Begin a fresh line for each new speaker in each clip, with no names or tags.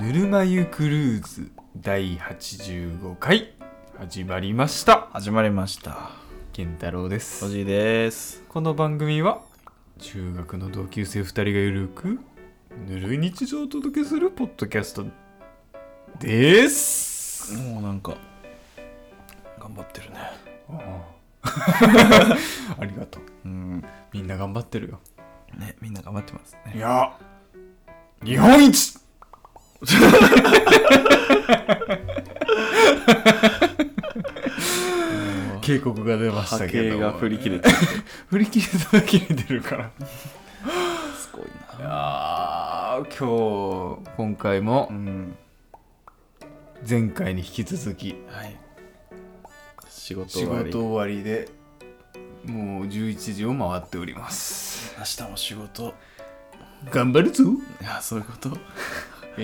ぬるま湯クルーズ第85回始まりました
始まりました
健太郎です
おじいです
この番組は中学の同級生2人がゆるくぬるい日常をお届けするポッドキャストです
もうなんか頑張ってるね
ああありがとう
うん
みんな頑張ってるよ
ねみんな頑張ってます
い
ね
や日本 一警告が出ました
波
けど
形が振り切れてる
振り切れただけに出るから
すごい
いやー今日今回も
うん
前回に引き続き
はい仕事
仕
終わり
事終わりでもう11時を回っております
明日も仕事
頑張るぞ
いやそういうことい
え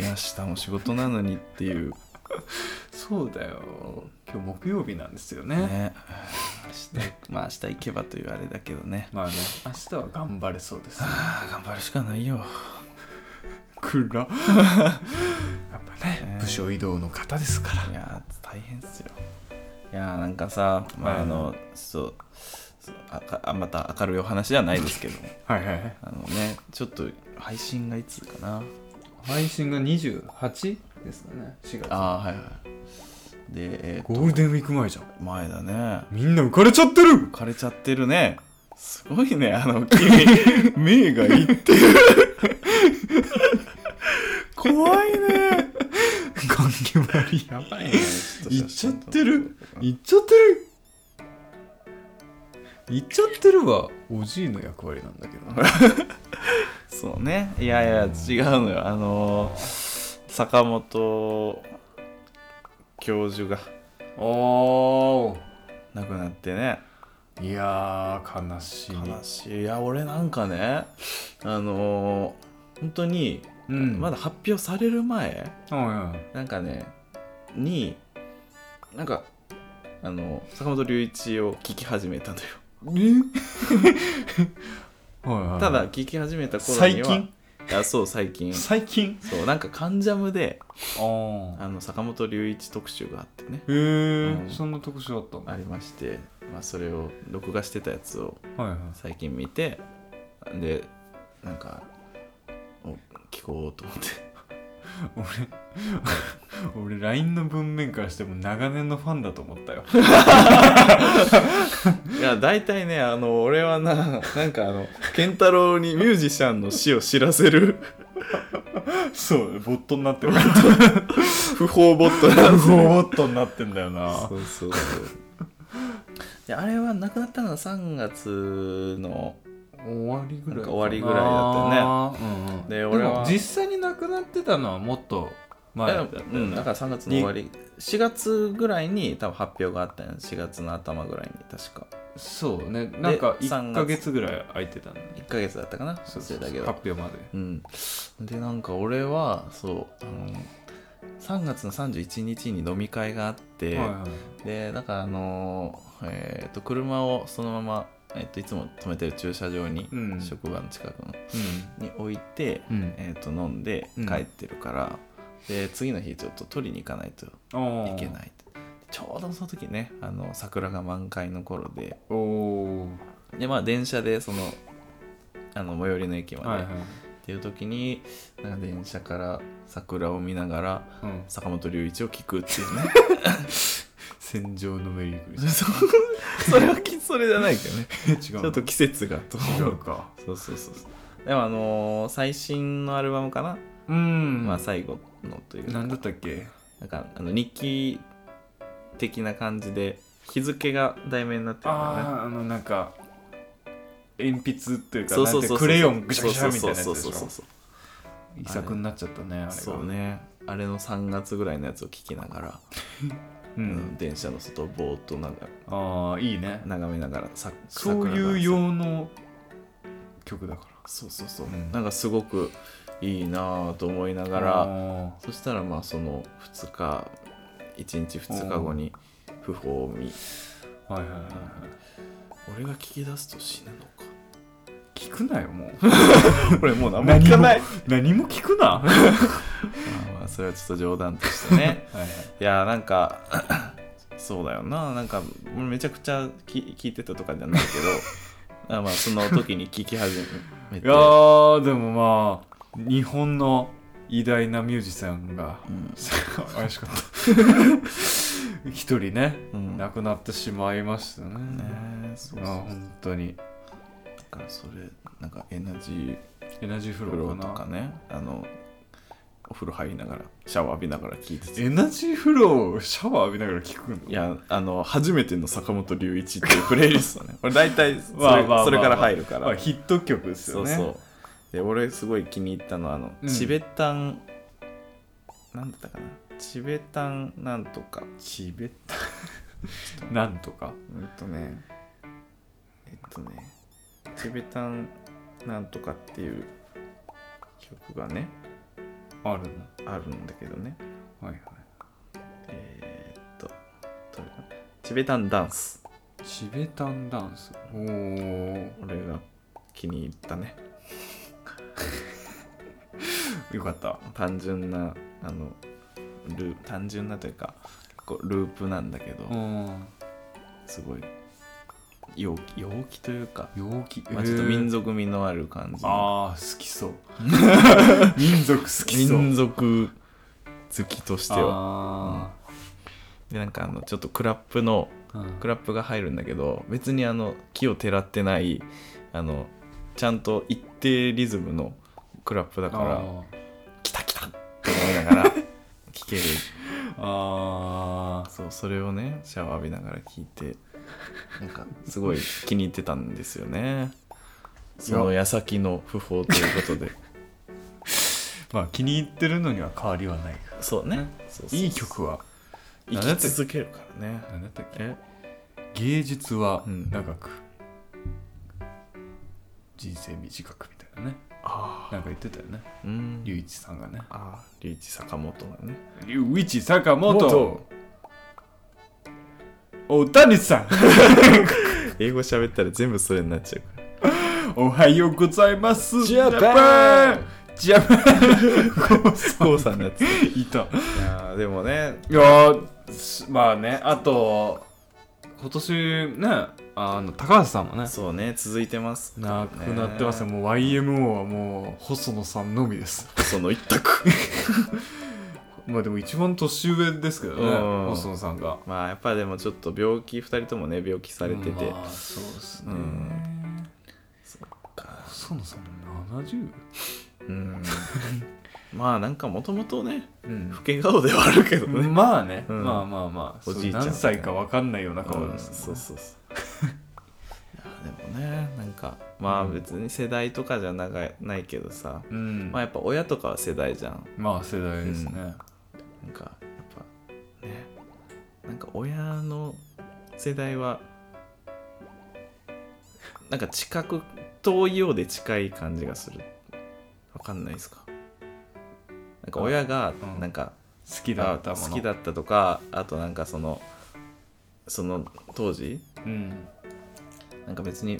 や明日も仕事なのにっていう
そうだよ今日木曜日なんですよね
ね明日まあ明日行けばというあれだけどね
まあね明日は頑張れそうです
あー頑張るしかないよ
くらやっぱね
ね
部署移動の方ですから
いやー大変っすよいやーなんかさ、まあ、あのそうそうあかあまた明るいお話ではないですけど
はいはいはい
あのねちょっと配信がいつかな
配信が28ですかね4月
ああはいはいで、えー
ゴールデンウィーク前じゃん
前だね
みんな浮かれちゃってる
枯れちゃってるねすごいねあの君目がいってる 怖いね
ガンギバリやばいね
い
行っちゃってる行っちゃってる行っちゃってるはおじいの役割なんだけどな
そうねいやいや違うのよあのー坂本教授が
お
亡くなってね
ーいやー悲しい
悲しいいや俺なんかねあのー本当に、
うん
まだ発表される前
うん
なんかねになんかあの坂本龍一を聞き始めたのよ
うんえはいはい
ただ聞き始めた頃に
最
は
近
いやそう最近
最近
そうなんか「関ジャムで」
ああ
あの坂本龍一特集があってね
へえ、
うん
そんな特集あったの
ありまして、まあ、それを録画してたやつを
はいはい
最近見てでなんかお聞こうと思って
俺俺 LINE の文面からしても長年のファンだと思 ったよ
いや大体ねあの俺はななんかあの健太郎にミュージシャンの死を知らせる
そうボットになってる
不法ボットなんですよ
ボットになってんだよな
そうそうそう であれは亡くなったのが3月の
終わりぐらいかな
終わりぐらいだ
ったね、うんうん、
で俺は
も実際に亡くなってたのはもっと前だったよ
う
ね
ん、だから3月の終わり4月ぐらいに多分発表があったんよ4月の頭ぐらいに確か
そうねなんか1か月ぐらい空いてたんだね
1ヶ月だったかな
そう
忘
そう
れ
そう
たけ
発
ど
表まで
うんでなんか俺はそうあの3月の31日に飲み会があって、
はいはい
でだからあのーえっと車をそのまま、えっといつも止めてる駐車場に、
うん
職場の近くのに置いて、
うんうん
えっと飲んで
うん
帰ってるから、で次の日ちょっと取りに行かないといけないちょうどその時ねあの桜が満開の頃で
おおー
でまあ電車でそのあの最寄りの駅まで、
はいはい、
っていう時になんか電車から桜を見ながら
うん、
坂本龍一を聞くっ ていうね
戦場のメリークリスマス
そそれはきそれじゃないけどね
違
ち
う
ょっと季節がと
違うか
そうそうそうそうでもあのー最新のアルバムかな、
うん
まあ最後のという
な
か
んだったっけ
なんかあの日記的な感じで日付が題名になってるからね
あああのなんか鉛筆っていうか
そうそうそうそ
なんて
う
クレヨンぐしゃぐしゃみたいなやつでし
そ
ょ
うそうそうそう
遺作になっちゃったねあれが
そうねあれの3月ぐらいのやつを聞きながら、
う
うんん電車の外をぼーっとなんか
ああいいね
眺めながらさ
そういう
よ
用の曲だか
そうそうそう、
うん
なんかすごくいいなぁと思いな
ら
がら
あ
そしたらまあその2日1日2日後に不法を見
ーはいはいはいはい
俺が聞き出すと死ぬのか
聞聞くなよもう
これもう何も
何
聞か
も
ない
何も聞く な
まあまあそれはちょっと冗談として ね
はい
いやーなんか そうだよななんか俺めちゃくちゃき聞いてたとかじゃない けどあまあその時に聞き始め
い
て
やーでもまあ日本の偉大なミュージシャンが
うん
怪しかった 一人ね、
うん
亡くなってしまいましたね
ねそう
ま
そう
あ
そう
本当に
だからそれなんかエナジー
エナジーフ
フ
ロ
ロ
ー
ー
か
と
な
かねあのお風呂入りながらシャワー浴びながら聞いてて
エナジーフローをシャワー浴びながら聞くの
いやあの初めての坂本龍一っていうプレイリストね俺大体それ,、
まあまあまあまあ
それから入るから、
まあ、ヒット曲です
そ
よ
う
ね
そうで俺すごい気に入ったのはあの、
うん
チベタンなんだったかなチベタンなんとか
チベットなんとか
うんとねえっとねチベタンなんとかっていう曲がね
ある
あるんだけどね
のはいはい
えーっとどれかなチベタンダンス
チベタンダンスおー
俺が気に入ったね
よかった
単純なあのルー単純なというかこうループなんだけど、
うん
すごい陽気陽気というか、
陽気
まあ、ちょっと民族味のある感じの
ああ好き そう民族好きそう
民族好きとして
あ
はでなんかあのちょっとクラップの
ーうん
クラップが入るんだけど別にあの木をてらってないあのちゃんと一定リズムのクラップだから
あ
「きたきた!」って思いながら聴ける
ーあー
そうそれをねシャワー浴びながら聴いてなんかすごい気に入ってたんですよねその矢先の訃報というこ とで
まあ気に入ってるのには変わりはないか
そうね。そうそう
いい曲は
生
なんだっ
き
け
続けるからね。
何だったっけ
え
芸術は
うん
長く、人生短くみたいなね
ああ。
なんか言ってたよね
うん。
龍一さんがね
ああ、リュウチ坂本がね。
龍一坂本
元
おたにさん
英語喋ったら全部それになっちゃうから。
おはようございます
ジャパン
ジャパ
こうさんのやつ。い
ンいた
やーでもね、
いやーすまあねあと今年ねあの高橋さんもね
そうね、続いてます。
亡くなってますよ
ね
もう YMO はもう細野さんのみ です
その一択。
まあでも一番年上ですけどね
うん
細野さんが
まあ、やっぱでもちょっと病気、二人ともね、病気されてて。
まあそうですね
うんそっか。
細野さんも 70?
うん。まあ、なんかもともとね、
うん
老け顔ではあるけどね。
まあね、
うん
まあまあまあ
おじいちゃん
そう何歳か分かんないような顔
うん
で
そ
す、
うそうそういやでもねなんかまあ
うん
別に世代とかじゃながないけどさ、
うん
まあやっぱ親とかは世代じゃん
まあ世代ですね、
なんかやっぱねなんか親の世代はなんか近く遠いようで近い感じがするわかんないですかなんか親が
うん
なんか、
好きだったもの
好きだったとかあとなんかそのその当時
うん
なんか別に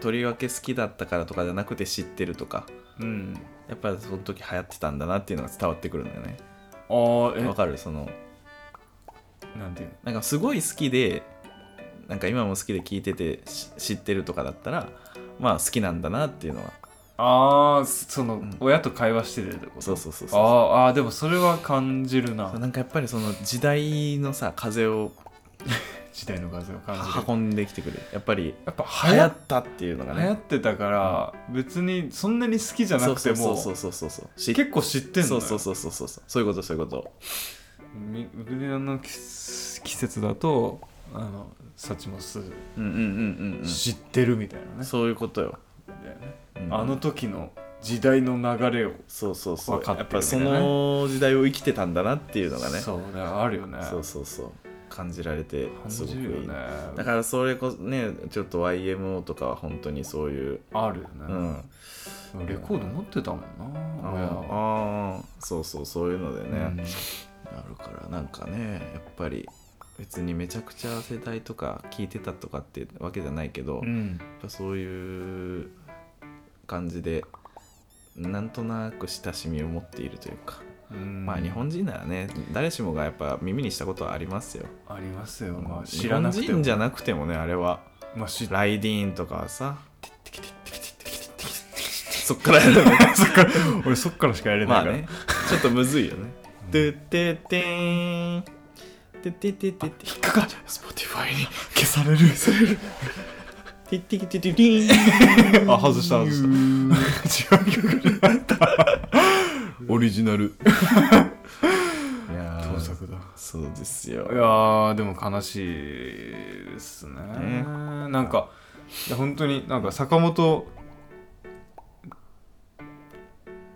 とりわけ好きだったからとかじゃなくて知ってるとか
うん
やっぱりその時流行ってたんだなっていうのが伝わってくるんだよね
ああ
わかるその
えなんていうの
なんかすごい好きでなんか今も好きで聞いててし知ってるとかだったらまあ好きなんだなっていうのは
ああその、
ん
親と会話しててってこと
そうそうそう
あ
そう
ーあーでもそれは感じるな
そうなんかやっぱりその時代のさ風を
時代の風を感じる
運んできてくるやっぱり
やっぱ
流
流
行
行
ったっていうのが
流行
ね
ってたから、別にそんなに好きじゃな
そう
くて
そう
も
そうそうそうそう知っ
結構知ってんの
そ
よ
うそうそうそうそうそうそういうことそういうこと
み僕の季季節だとあのサチモス
うんうんうんうん
知ってるみたいなね
うん、そういうことよ
だよね
うん
あの時の時代の流れを
そうそうそう、
分か
や
ってる
っ
みたい
ぱ
なね
その時代を生きてたんだなっていうのがねそう
そうねあるよね
そうそう感じられて
感
すご
じ
くいい、
るよね
だからそれこそねちょっと YMO とかは本当にそういう
あるよね、
うん
レコード持ってたもん
あ
な親は
あそうそうそういうのでね、
うん
あるからなんかねやっぱり別にめちゃくちゃ世代とか聞いてたとかってわけじゃないけど、
うん
やっぱそういう感じでなんとなく親しみを持っているというか、
うん
まあ日本人ならね誰しもがやっぱ耳にしたことはありますよ、
ありますよ、ま
ま
あ、
あ、
知
知
ら
ら
な
な
く
く
て
て
も
もじゃなくてもねあれは
まあ知
ライディーンとかはさそっからやるの
そっから俺そっからしかやれな
ま
い
あ
から、
ねちょっとむずいよね
うん
トゥテテーントゥテテテテ
引っかかる Spotify に消される消される
テテテテテリーンあ外した外した
した違う曲だ
オリジナルいや
盗
ー
作だ
そうです
い
よ
やーでも悲しいですね
ね
なんかいや本当になんか坂本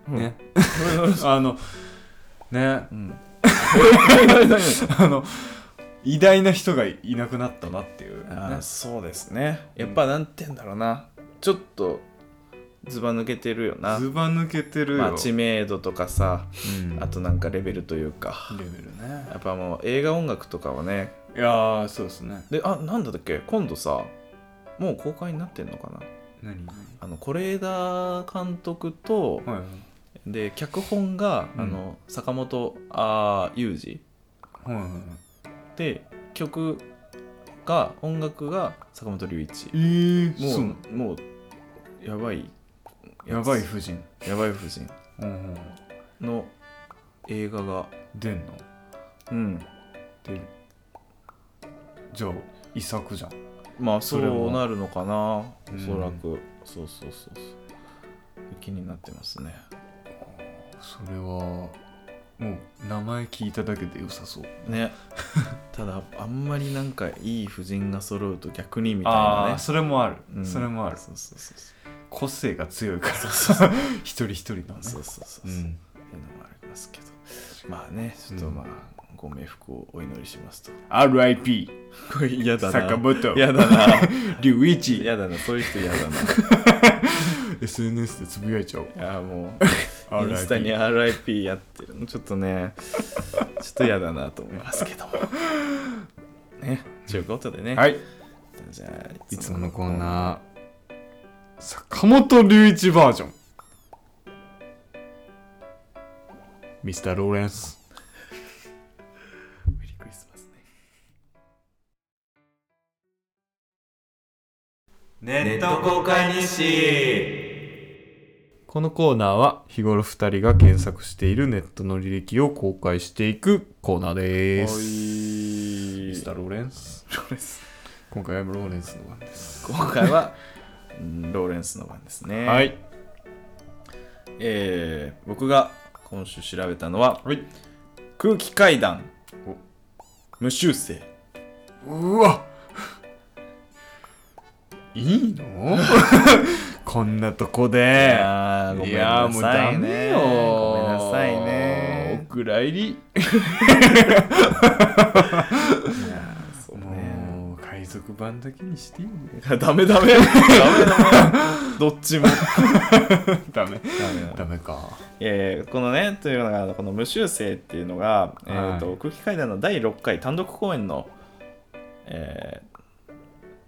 ね、 あのね
うん
あの偉大な人がいなくなったなっていう、
あ
ね
ーそうですねやっぱなんて言うんだろうなちょっとずば抜けてるよな、
ずば抜けてるよ、
まあ、知名度とかさ
うん
あとなんかレベルというか
レベルね
やっぱもう映画音楽とかはね
いやーそうですね
であなんだっけ今度さもう公開になってんのかな
何
あの是枝監督と
はいはい
で脚本が、
うん
あの坂本あー裕二
はいはいはい
で曲が音楽が坂本龍一
えー、そう
もうもうやばいつ
やばい夫人
やばい夫人
うんうん
の映画が
出んの
うん
出るじゃあ遺作じゃん
まあ
そ
そ
れも
うなるのかな
うん
おそらくそうそうそうそう気になってますね
それはもう名前聞いただけで良さそう
ね ただあんまりなんかいい夫人が揃うと逆にみ
み
たいなね
それもある、
うん
それもある
そうそうそうそ
個性が強いから一人一人のね
うそうそうそうそううんっていうのもありますけどまあねちょっとまあ、ご冥福をお祈りしますと
RIP
嫌だな
坂本
嫌 だな
龍一
嫌だなそういう人嫌だ な
SNS でつぶやいちゃおう
いやもう
RIP
インスタに RIP やってるのちょっとねちょっと嫌だなと思いますけ どもねということでね、
はい
じゃあ
いつものコーナー坂本龍一バージョンミスターローレンス
メリークリスマスね
ネ
公開日誌
このコーナーは日頃2人が検索しているネットの履歴を公開していくコーナー
は
です
い
ミスターローレンス
ローレンス
今回はローレンスの番です
今回はうんローレンスの番ですね
はい
えー僕が今週調べたのは
はい。
空気階段無修正
うわいいの こんなとこ
い
で。
やーご
い
めん
やー
な
もう
さ
ダ
い
メ
ね
よ。
ごめんなさいね
お蔵入り。
いやーそうね
もう海賊版だけにしていいんだよ。
いや ダメダメダメダメどっちも
ダメ。
ダメ
ダメか。
えーこのねというのがこの無修正っていうのが、えーと
はい
空気階段の第6回単独公演の、えー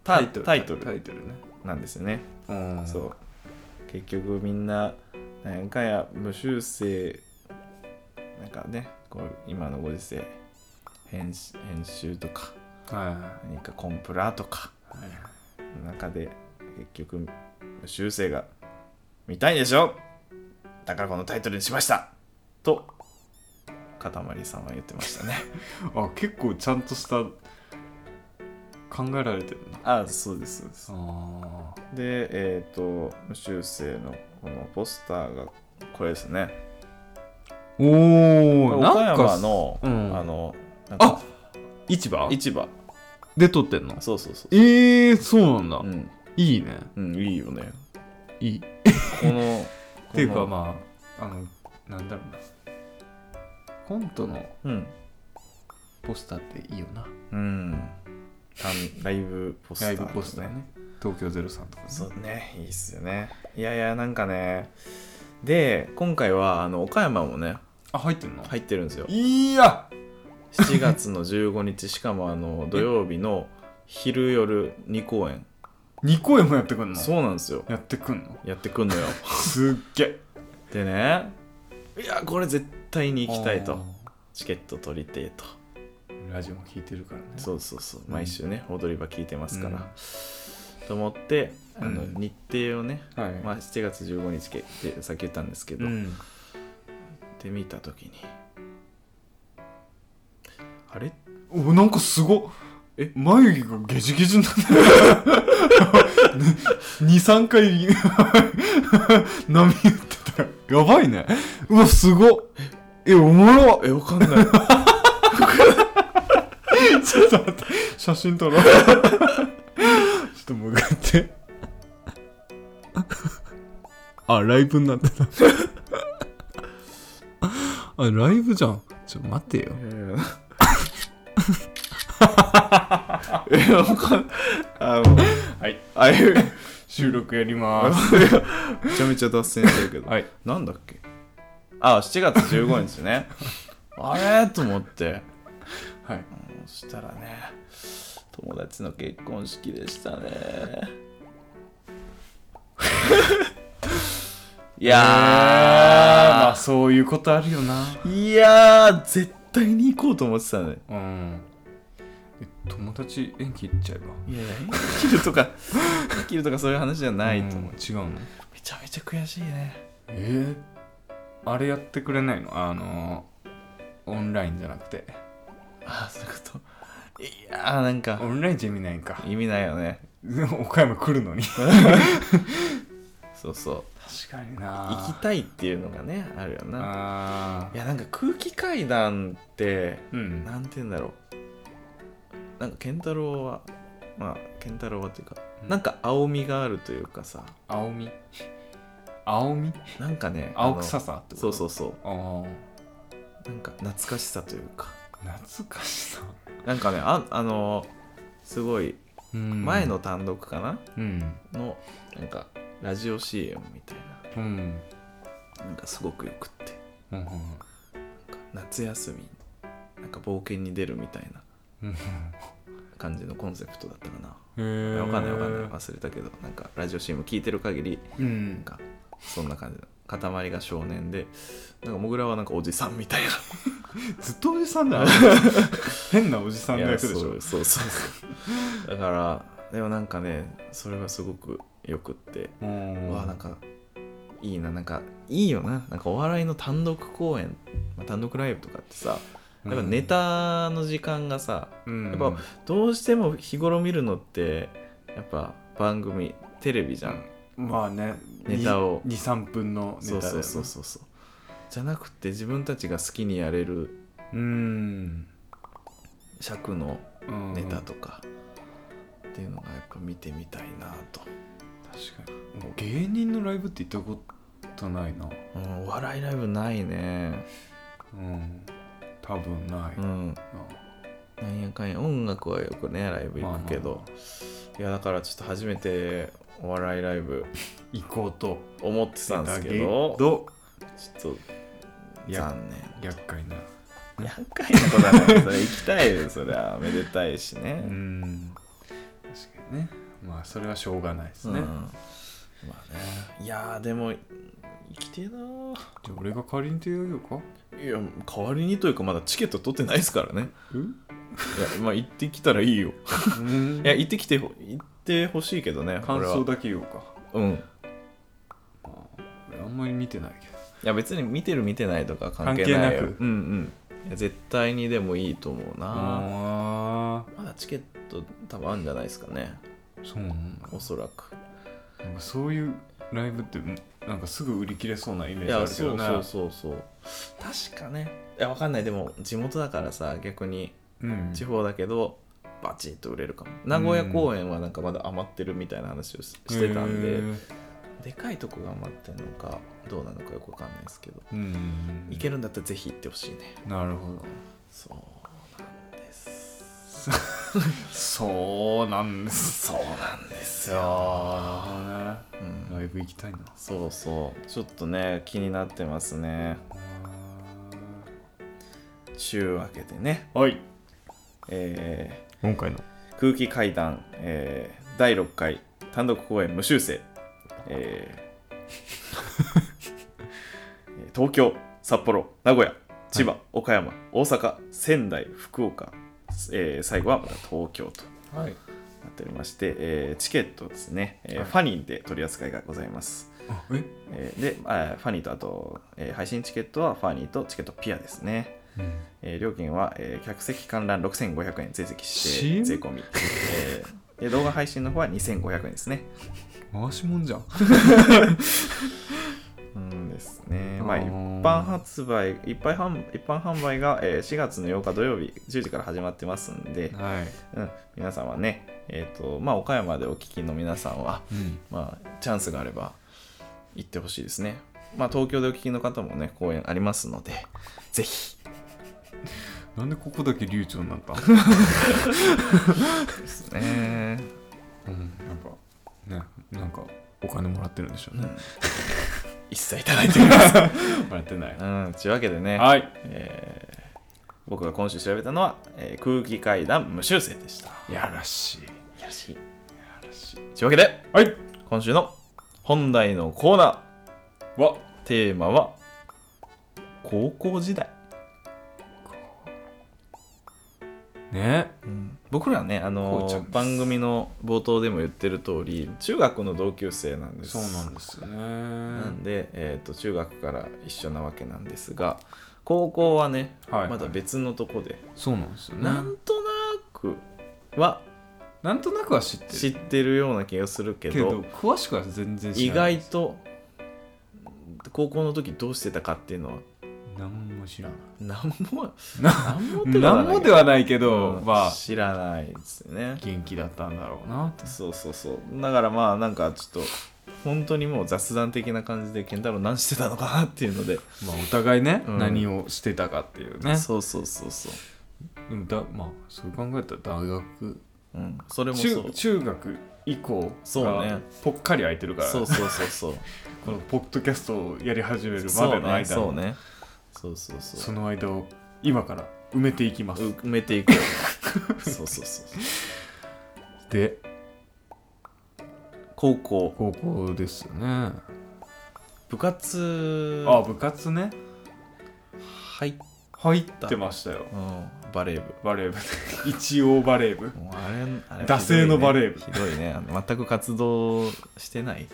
タ
タ
イタイト
タ
ル
イトルね。
なんですよね
うん。
そうう結局みんななんかや無修正なんかねこう今のご時世編集編集とか
は
何かコンプラとかの中で結局無修正が見たいんでしょだからこのタイトルにしましたとかたまりさんは言ってましたね
い。あ、結構ちゃんとした考えられてるな。
あそうですそうです
あ
でえっ、と無修正のこのポスターがこれですね
ーおお、
岡
なんか
山の、
うん
あのなん
あ
か
市場
市場
で撮ってんの
そうそうそう
ええー、そうなんだ、
うん、
いいね
うん、いいよね
いいっ
こ の
ていうか
あ
まああのなんだろうなコントの
うん、
ポスターっていいよな
うん、あのライブポスタ
ラ
ー
イ
とか
ブポスターね東京03とかね
そうねいいっすよねいやいやなんかねで今回はあの岡山もね
あ入ってんの、
入ってるんですよ
い、いや
7月の15日しかもあの土曜日の昼夜2公演
2公演もやってくんの
そうなんですよ
やってくんの
やってくんのよ
すっげえ
でねいやこれ絶対に行きたいと
あ
チケット取りてえと
ーラジオも聞いてるからね
そうそうそう
うん
毎週ね、踊り場聞いてますから、と思ってあの、
うん
日程をね、
はい、
まあ、7月15日けってさっき言ったんですけど、
うん
で見た時にあれ
おなんかすごっえ眉毛がゲジゲジにな ってる23回 波打ってたやばいねうわすごっえおもろ
えわか んない
ちょっと待って写真撮ろうちょっと向かってあライブになってた あライブじゃんちょ待てよ
えわかんあもう
はい
あいう
収録やりま
めちゃめちゃ脱線してるけど、
はい
なんだっけあ7月15日 ねあれと思って
はい
そしたらね友達の結婚式でしたね い
いやーま
や
あそういうことあるよな
ー、いやー絶対に行こうと思ってたね
うんえ友達縁切っちゃえば
いやいや生きるとか生きるとかそういう話じゃないと思う、
うん違うの
めちゃめちゃ悔しいね
えー、あれやってくれないのあのー、オンラインじゃなくて
ああそういうこといやーなんか
オンラインじゃ見ないんか
意味ないよね
岡山来るのに
そうそう
確かにな
行きたいっていうのがねあるよな
あ
いやなんか空気階段って
ーうん
なんて言うんだろうなんか健太郎はまあ健太郎はっていうか
うん
なんか青みがあるというかさ
青み青み
なんかね
青
あ
臭さって
の
こ
そ
と
うそううそ
あ
うなんか懐かしさというか
あ懐かしさ、
なんかねああのすごい
うん
前の単独かな、
うん
のなんかラジオ CM みたい
うんうん
ななんかすごくよくって
うん
なんか夏休みなんか冒険に出るみたいな
うん
感じのコンセプトだったかな
へえ
わかんないわかんない忘れたけどなんかラジオ CM 聞いてる限り
うん
なんかそんな感じの塊が少年でなんかモグラはなんかおじさんみたいな
ずっとおじさん だよ変なおじさんの役でし
そ
ょ
うそうそうそうだからでもなんかねそれがすごくよくって
うん
うわなんかいいななんかいいよななんかお笑いの単独公演、まあ、単独ライブとかってさやっぱネタの時間がさ、
うん
やっぱどうしても日頃見るのってやっぱ番組テレビじゃん、
まあね
ネタを
23分のネタだ
そ
よ
う
ね
そうそうそうそうじゃなくて自分たちが好きにやれる
うん
尺の
うん
ネタとか、っていうのがやっぱ見てみたいなと、
確かにもう芸人のライブって行ったことないな
うん、お笑いライブないね
うん多分ない、
う
なん
なんやかんや音楽はよくねライブ行くけ
ま
ど、
あま
いやだからちょっと初めてお笑いライブ
行こうと
思ってたんですけど
ど
ちょっと
いや
残念
厄介な
厄介なことだ ねそれ行きたいよそれはめでたいし
う
ね
ん確かにねまあそれはしょうがないです
うん
ね、
まあねいやーでも行きてえなー
じゃあ俺が代わりに手伝うよか
いや代わりにというかまだチケット取ってないですからね
うん
いやまあ行ってきたらいいよ いや行ってきてほ行ってほしいけどね
感想
俺は
だけ言おうか
うんい
俺あんまり見てないけど
や別に見てる見てないとか関係ないよ
関係なく
うんうんいや絶対にでもいいと思うな
あ
まだチケット多分あるんじゃないですかね
ーそうなんだ
おそらく
なんかそういうライブってんなんかすぐ売り切れそうなイメー
い
ジあ
や
るけ
そ
ど
う
ね
そうそうそう確かねいやわかんないでも地元だからさ逆に
うん
地方だけど、バチッと売れるかも名古屋公演はなんかまだ余ってるみたいな話をししてたんで、
へー
でかいとこが余ってるのかどうなのかよくわかんないですけど、
うん
行けるんだったらぜひ行ってほしいね
なるほど
そうなんです
そうなんです
そうなんです
いや
よ、
ーなるほ
う
どね
ん、
ライブ行きたいな
そうそうちょっとね気になってますねちゅうわけでね
はい
えー
今回の
空気階段、えー第6回単独公演無修正、えー 東京札幌名古屋千葉、岡山大阪仙台福岡、えー最後はまた東京と
はい
なっておりまして、えーチケットですね、えー
はい
ファニーで取り扱いがございます、
あえ
えーで、あファニーとあと、えー配信チケットはファニーとチケットピアですね
うん
えー料金は、えー客席観覧6500円税席し
死
て
ぬ
税込み、えーで動画配信の方は2500円ですね
回しもんじゃん
うんですねまあ
あ
一
ー
般発売一般販一般販売が、えー4月の8日土曜日10時から始まってますんで、
はい、
うん、皆さんはねえっ、とまあ岡山でお聞きの皆さんは
うん、
まあチャンスがあれば行ってほしいですねまあ東京でお聞きの方もね公演ありますのでぜひ
なんでここだけ流暢になった、
ですね
うん、やっぱねなんかお金もらってるんでしょうね、
一切いただいております
もらってない
うんというわけでね
はい
えー僕が今週調べたのは、えー空気階段無修正でした。
やらしい
よろしい。
やらしい
というわけで、
はい
今週の本題のコーナ
わ
ー、テーマは、高校時代。
ね
僕らね、あ
こ
の
うちゃん
ー
です
番組の冒頭でも言ってる通り、中学の同級生なんです。
そうなんですよね
なんで、えー、と中学から一緒なわけなんですが、高校はね、
はいはい
まだ別のとこで、
そうなんですよね
なんとなくは
なんとなくは知ってる
知ってるような気がするけ
け
ど
ど、詳しくは全然知
意
らない
外と高校の時どうしてたかっていうのは
何も知らない
何も
な
何もってことは
何
ない
もではないけど、
うん
まあ
知らないですね
元気だったんだろうなって
そうそうそうだからまあなんかちょっと本当にもう雑談的な感じで健太郎何してたのかなっていうので、
まあお互いね、
うん
何をしてたかっていうね
そうそうそうそう、
でもだまあそう考えたら大学
うん、それもそ
中
う
中学以降
そうね
がぽっかり空いてるから、
そうそうそうそう
このポッドキャストをやり始めるま
そ
で
う
の
ね
間
そうねそうそうそう
その間を今から埋めていきます、
埋めていくよねそうそうそう
で
高校
高校ですよねあ
部活
部活ね
入っ
入ってましたよ
うんバレー部
バレー部 一応バレー部
もうあれあれ
惰性のバレー部
ひどいねひどいねあの全く活動してない
い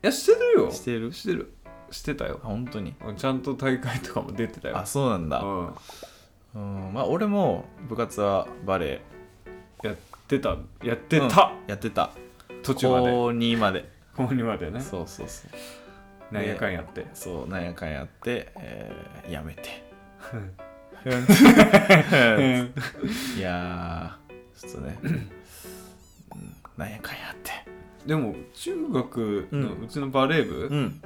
やしてるよ
してる
してるしてたよ
あ本当に
ちゃんと大会とかも出てたよ
あそうなんだ
うん、
うんまあ俺も部活はバレ
やってたやっ
ー
てた、
うんやってた
途中まで
高2まで
高2までね
そうそうそう
なんやかんやって
そうなんやかんやって、えーやめていやーち ょっとね、うん、なんやかんやって
でも中学
う
の
ん
うちのバレー
う
部
ん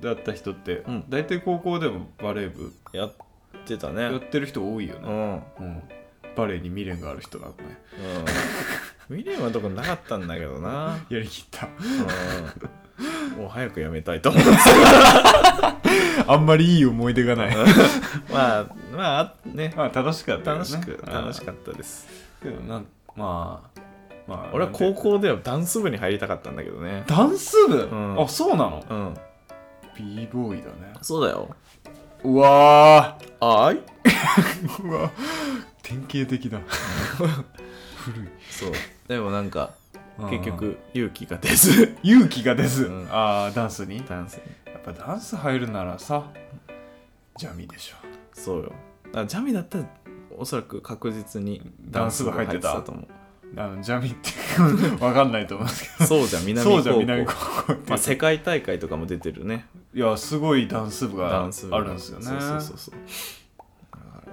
だった人って
うん
大体高校でもバレー部
やってた
やっ
ね
てる人多いよ
う
ね、
ん
うんバレーに未練がある人だね
うん、未練はとこなかったんだけどな、
やりきった
うん、もう早くやめたいと思う
あんまりいい思い出がない
まあまあね
まあ楽しかったよね
楽しく
うん
楽しかったです
けどなんまあまあ
俺は
なんてい
高
うか
校ではダンス部に入りたかったんだけどね
ダンス部、
ん
あそうなの
うん
b ボーイだね
そうだよ
うわー
あいう
わ典型的だ古い
そうでもなんか結
うん
局勇気が出ず
勇気が出ず、
うん
ああダンスに
ダンスに
やっぱダンス入るならさジャミでしょ
そうよだからジャミだったらおそらく確実に
ダンス部入ってた
ダンス部入って
あのジャミってわかんないと思うんです
たと思うそうじゃん
けどそう
南高校
じゃん南高校って、
まあ、世界大会とかも出てるね
いやすごいダンス部
ダ
が
ンス部
あるんですよね
そ
そう
そうそうそう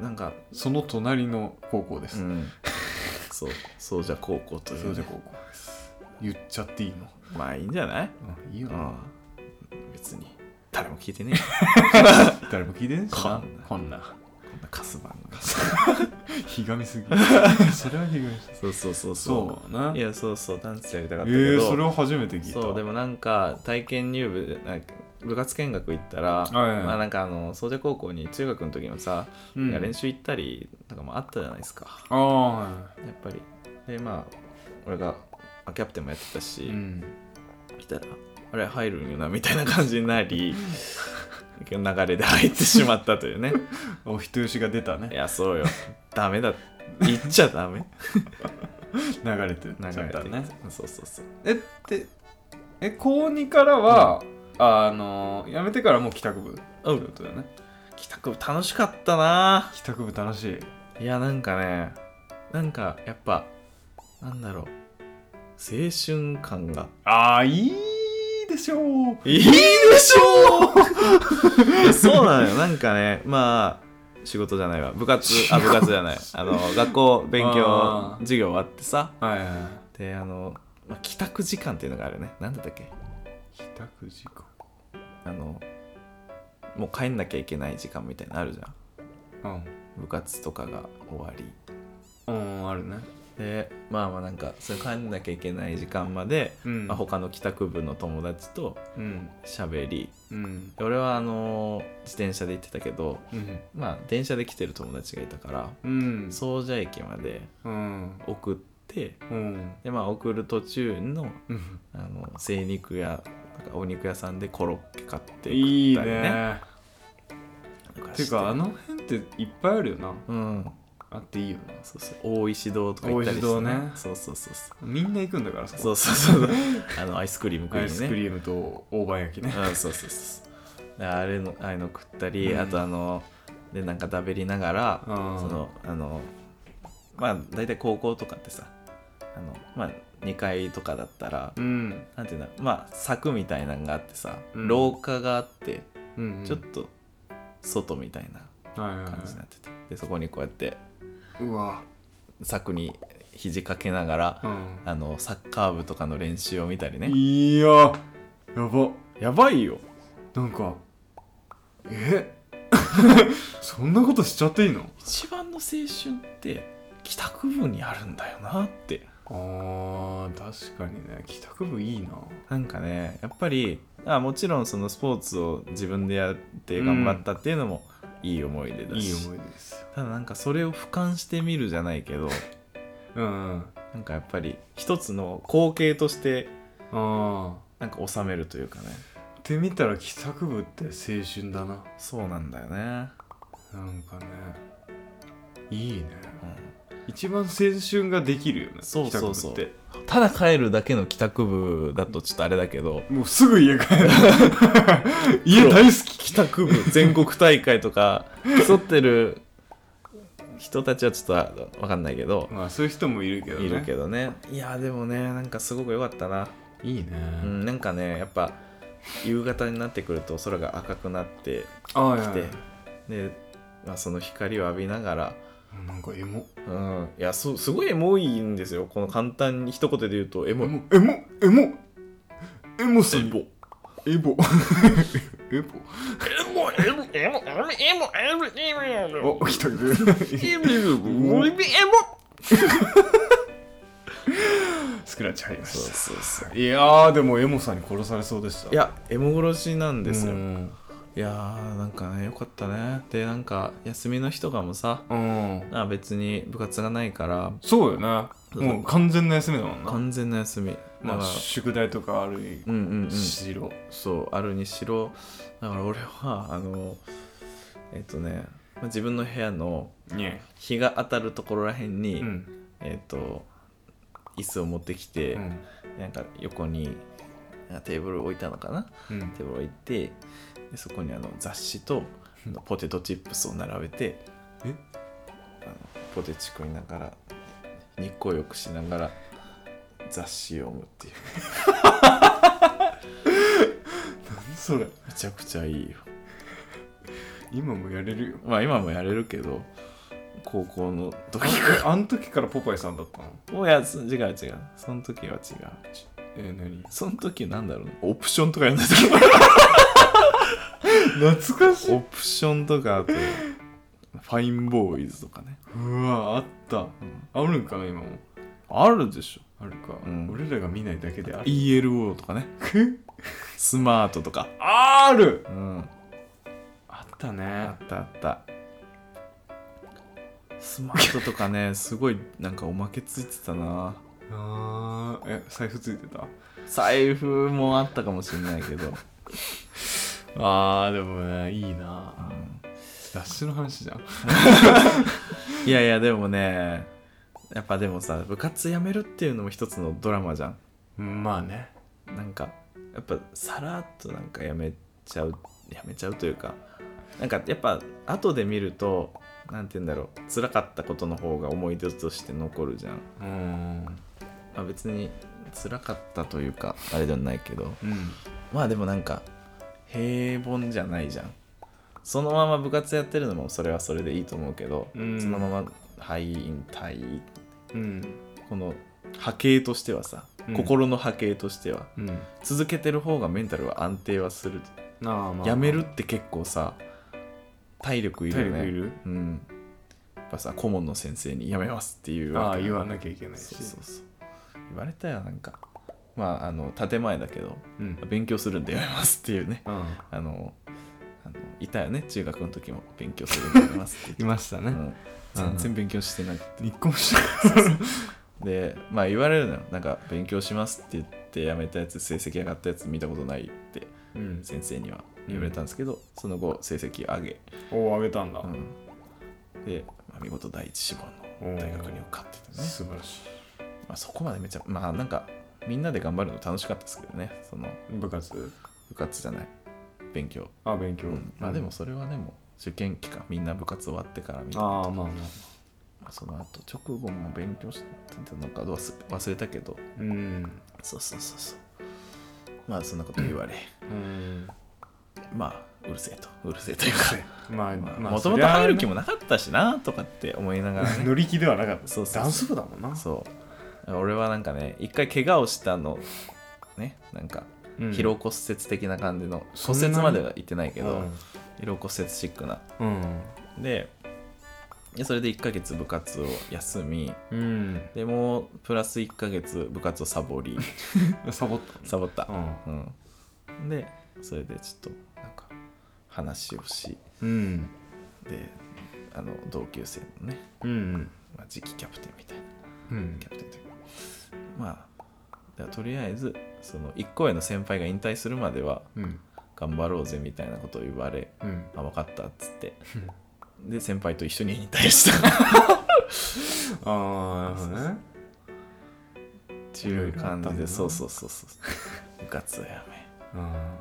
なんか
の隣の高校です、
うんそうそうじゃ高校という、
そうじゃ高校です言っちゃっていいの、
まあいいんじゃない
うん、いいよ、
うん別に誰も聞いてねえよ
誰も聞いてないしなこんな
こんなカス番組
ひがみすぎそれはひがみすぎ
そうそうそうそ
そうな
ういやそうそうダンスやりたかったけど、
ええそれを初めて聞いた
そうでもなんか体験入部でなんか部活見学行ったら、
はいはい
まあなんかあの総社高校に中学の時のさ、
うん
練習行ったりとかもあったじゃないですか
ああ
やっぱりでまあ俺があキャプテンもやってたし、
うん
来たらあれ入るんよなみたいな感じになり流れで入ってしまったという ね
お人よしが出た
い
ね
やそうよダメだ言っちゃダメ
流れて
流れ
ちゃった
て
ね
そうそうそう
えってえ高2からは、あの辞めてからもう帰宅部
う
ってこ
ん
とだよね
帰宅部楽しかったな
帰宅部楽しい
いやなんかねなんかやっぱなんだろう青春感が
あーいいでしょう
いいでしょうそうなのよなんかねまあ仕事じゃないわ部活あ部活じゃないあの学校勉強
あー
授業終わってさ
はいはいはい
であの、まあ、帰宅時間っていうのがあるね何だったっけ
帰宅時間
あのもう帰んなきゃいけない時間みたいなのあるじゃん部活とかが終わり
うんうんあるね
でまあまあなんかそれ帰んなきゃいけない時間まで、
うん
まあ、他の帰宅部の友達と
うん
喋り
うん
で俺はあの自転車で行ってたけど
うん
まあ電車で来てる友達がいたから
うん
総社駅まで
うん
送って
うん
でまあ送る途中の
うん
あの精肉屋なんかお肉屋さんでコロッケ買って食ったり
いいね
とかして
いうかあの辺っていっぱいあるよな
うん
あっていいよな
そうそう大石堂とか行ったりして、
大石堂ね
そうそうそうそう
みんな行くんだからそこ
そうそう そうあのアイスクリーム食い
ア
に
イ
ね
スクリームと大判焼きね
うんそうそうそうそうであれのああいうの食ったり、
うん
あとあのでなんか食べりながら、
うん
そのあのまあ大体高校とかってさあのまあ2階とかだったら、
うん
なんていうんだまあ柵みたいなのがあってさ、
うん
廊下があって
うん
ちょっと外みたいな
はいはいはい
感じになってて、でそこにこうやって
うわ
柵に肘掛けながら、
うん
あのサッカー部とかの練習を見たりね
いややば
やばいよ
なんかえ そんなことしちゃっていいの
一番の青春って帰宅部にあるんだよなって
あー確かにね帰宅部いいな
なんかねやっぱりあもちろんそのスポーツを自分でやって頑張ったっていうのもいい思い出だ
い
し、
い思い出です
ただなんかそれを俯瞰してみるじゃないけど
うん
なんかやっぱり一つの光景として
あ
なんか収めるというかね
あって見たら帰宅部って青春だな
そうなんだよね、
なんかねいいね
う
一番青春ができるよね
ん、そうそうそう
帰宅部って
ただ帰るだけの帰宅部だとちょっとあれだけど
もうすぐ家帰 る家大好き
帰宅部全国大会とか競ってる人たちはちょっと分かんないけど、
まあそういう人もいるけどね
いるけどねいやでもねなんかすごく良かったな、
いいね、
うん、なんかねやっぱ夕方になってくると空が赤くなって
ああ
きて
いやい
で、まあ、その光を浴びながら
やなんかエモ
うんいやそうすごいエモいんですよこの簡単に一言で言うとエモい
エモエモエモさん
エモ
エボ エボお来たね スクラッチ入りま
そう
し
そうそう
たいやーでもエモさんに殺されそうでした
いやエモ殺しなん
で
です
す
よ、
よ
いやーなんかねよかったねでなんか休みの日とかもさ
うん
あ別に部活がないから
そうよなもう完全な休みだもんな
完全な休みだから、
まあ宿題とかある
うんうんうん
しろ
そうあるにしろだから俺はあのえっとねまあ自分の部屋の
ね
日が当たるところらへんに、
うん
えっと椅子を持ってきて、
うん
なんか横にあテーブル置いたのかな
うん
テーブル置いてでそこにあの雑誌とあのポテトチップスを並べて
え
あのポテチ食いながら日光浴しながら雑誌読むっていう
それ
めちゃくちゃいいよ
今もやれるよ
まあ今もやれるけど高校の時
えあん時からポパイさんだったの
もうやつ違う違うその時は違う
え何
その時なんだろうねオプションとかやんないと
懐かし
オプションとかあとファインボーイズとかね、
うわあった
うん
あるんかな今も
あるでしょ
あるか、
うん
俺らが見ないだけである
ELO とかねスマートとか
ある
うん
あったね
あったあった スマートとかねすごいなんかおまけついてたな
あーえ財布ついてた
財布もあったかもしれないけど、
あーでもねいいな雑誌の話じゃん
いやいやでもねやっぱでもさ部活辞めるっていうのも一つのドラマじゃん
うんまあね
なんかやっぱさらっとなんか辞めちゃう辞めちゃうというかなんかやっぱ後で見るとなんて言うんだろう辛かったことの方が思い出として残るじゃん、
うん
まあ、別に辛かったというかあれではないけど
うん
まあでもなんか平凡じゃないじゃんそのまま部活やってるのもそれはそれでいいと思うけど、
うん
そのまま敗引退
うん
この波形としてはさ、
うん
心の波形としては
うん
続けてる方がメンタルは安定はする、
なあまあ
やめるって結構さ体力いるよね
体力いる
うんやっぱさ顧問の先生に「やめます」っていう
ああ
け
言わなきゃいけないし
そうそうそう言われたよなんかまああの建前だけど
うん
勉強するんでやめますっていうね
うん
あのあのいたよね中学の時も勉強するんでやめますって
い
言って
ましたね、
うん全然勉強してない
一個もし
でまあ言われるのよなんか勉強しますって言ってやめたやつ成績上がったやつ見たことないって
うん
先生には言われたんですけど、その後成績上げ、
おお上げたんだ、
うんで、まあ、見事第一志望の大学に受かっててね、
素晴らし
まあ、そこまでめちゃまあなんかみんなで頑張るの楽しかったですけどねその
い部活
部活じゃない勉強、
あ勉強、
うんまあでもそれはでも受験期間みんな部活終わってからみたいな
ああまあまあ
まあその後直後も勉強してたのかどうか忘れたけど
うん
そうそうそうそうまあそんなこと言われ
うん
まあうるせえとうるせえというか
まあ
もともと入る気
も
もなかったしなとかって思いながらね
乗り気ではなかった
そうそうそう
ダンス部だもんな
そう俺はなんかね一回怪我をしたのねなんか
うん
疲労骨折的な感じの、
そんな
骨折
に
までは言ってないけ
け
ど、疲労骨折チックな
うん
ででそれで1ヶ月部活を休み
うん
でもうプラス1ヶ月部活をサ ボり
サボった
サボった
うん
うん、でそれでちょっとなんか話をし
うん
であの同級生のね、
うん
まあ、次期キャプテンみたいな
うん
キャプテンというかまあだからとりあえずその1個上の先輩が引退するまでは
うん
頑張ろうぜみたいなことを言われ
うん
あ分かったっつってで先輩と一緒に引退したっ
ああなるほどね
てい
いろい
う感じ
ろあったんだ
で
な
そうそうそうそう部活をやめ
あ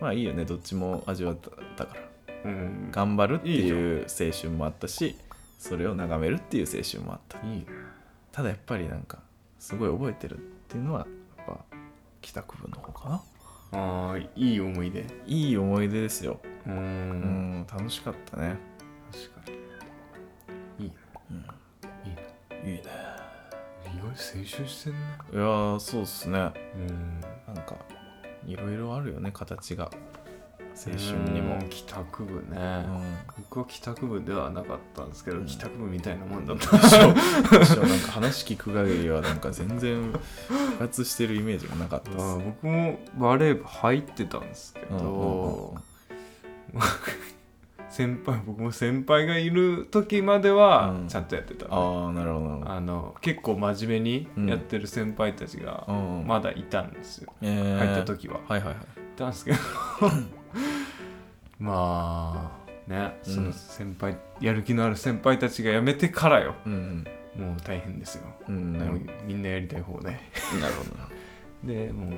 まあいいよねどっちも味わったから
ーうん
頑張るっていう青春もあったしそれを眺めるっていう青春もあった
いいね
ただやっぱりなんかすごい覚えてるっていうのはやっぱ帰宅部の方かな
ああいい思い出
いい思い出ですよ
う
うんん楽しかったね
確かにいいな、いいない
いね
意外と青春してんない
やーそうっすね
うん
なんかいろいろあるよね形が青春にも
うん帰宅部ね、
うん
僕は帰宅部ではなかったんですけど、
うん
帰宅部みたいなもんだっ
で
た
しょでしょなんか話聞く限りはなんか全然部活してるイメージがなかったっす
あ僕もバレー部入ってたんですけど、先輩僕も先輩がいる時までは
うん
ちゃんとやってた、
ああなるほどなるほど
あの結構真面目にやってる先輩たちが
うんうん
まだいたんですよ、
えー
入った時は
はいはいはい
いたんですけど まあね
うん
その先輩、やる気のある先輩たちが辞めてからよ
うん
もう大変ですよ、
うんうんなる
も
ほ
うみんなやりたい方で
どなるほどな
でもう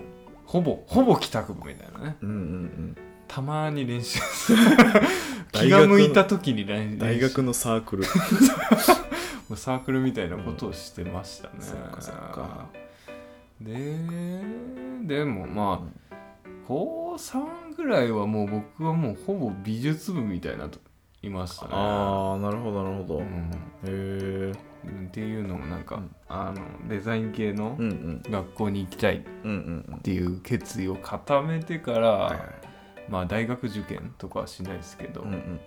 ほぼほぼ帰宅部みたいなね
うんうん
たまに練習 する
大
気
学の
が向いた時に練
う
習
ん 大学のサークル
もうサークルみたいなことをしてましたね、
うんそっかそっか
ででもまあ高3ぐらいはもう僕はもうほぼ美術部みたいなといましたね
ああなるほどなるほど、
う
へ
ん
え
うんっていうのもなんか、
うん
あのデザイン系の
うんうん
学校に行きたいっ
うんうん
ていう決意を固めてから、
はいはい
まあ大学受験とかはしないですけど、
うんうんうん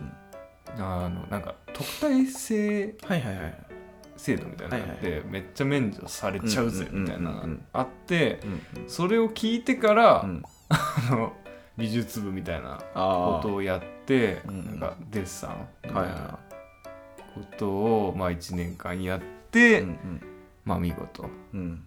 あのなんか特待生
はいはいはい
制度みたいなのがあって、
は
めっちゃ免除されちゃうぜ
うんうんうんうん
みたいなのがあって
うん
それを聞いてから、
うんうん
あの美術部みたいなこ
あ
とをやって
うんうん
なんかデッサンみ
あ
た
はいい
な
は
ことを、まあ、1年間やって、
いうんうん
まあ見事
うん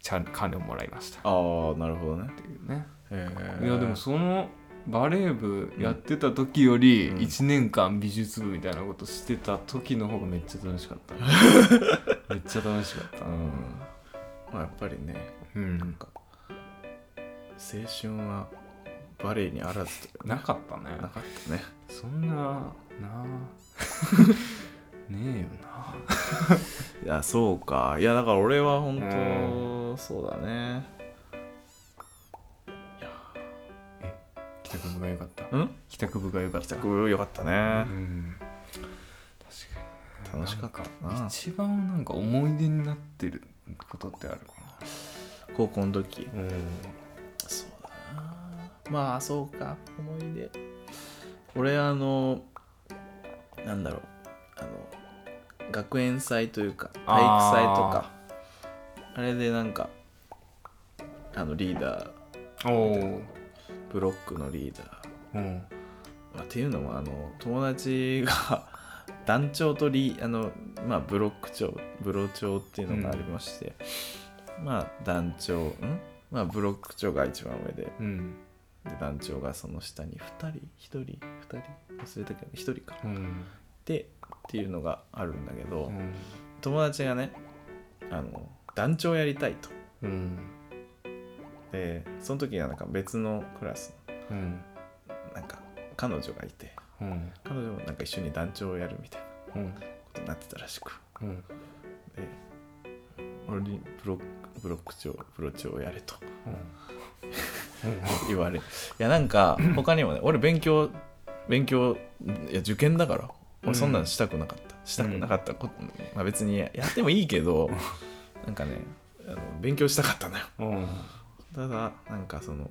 チャンカンレをもらいましたっ
ああなるほどね
ていうね
へえ
いやでもそのバレー部やってた時より
うん
1年間美術部みたいなことしてた時の方がめっちゃ楽しか った、めっちゃ楽しかった
うんまあやっぱりね
うん
青春はバレエにあらずと
なかったね
なかったね
そんなな あねえよない
やそうかいやだから俺は本当そうだね
帰宅部が良かった
うん
帰宅部が良かった
帰宅部よかったね
うん確かに
楽しかった
なん
な
一番なんか思い出になってることってあるか
高校の時
なうん
そうだなまあそうか思い出俺あのなんだろうあの学園祭というか体育祭とかあれでなんかあのリーダー
お
ブロックのリーダー
おうん
まあっていうのもあの友達が 団長とリあの、まあ、ブロック長ブロ長っていうのがありまして、まあ団長ん、まあ、ブロック長が一番上で
うん
で団長がその下に2人1人2人忘れたけど1人か
うん
でっていうのがあるんだけど、
うん
友達がねあの団長やりたいと
うん
でその時はなんか別のクラス
うん
のなんか彼女がいて
うん
彼女もなんか一緒に団長をやるみたいな
うん
ことになってたらしく
うん
で俺にブロックブロック長ブロ長をやれと言われいやなんか他にもね俺勉強勉強いや受験だから
う
俺
ん
そんなのしたくなかった、したくなかったこと、まあ、別にやってもいいけどなんかねあの勉強したかったんだよ
うんうん
ただなんかその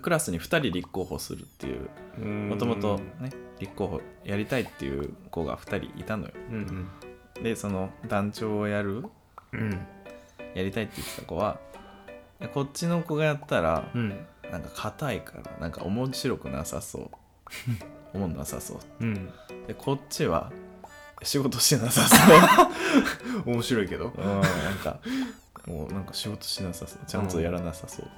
クラスに2人立候補するっていう
うん
もともとね立候補やりたいっていう子が2人いたのよ
うん
でその団長をやる
うん
やりたいって言ってた子はこっちの子がやったら
うん
なんか硬いからなんか面白くなさ そうおもんなさそう
うん
でこっちは仕事しなさそ
面白いけど
う、うん、なんかもうなんか仕事しなさそうちゃんとやらなさそう、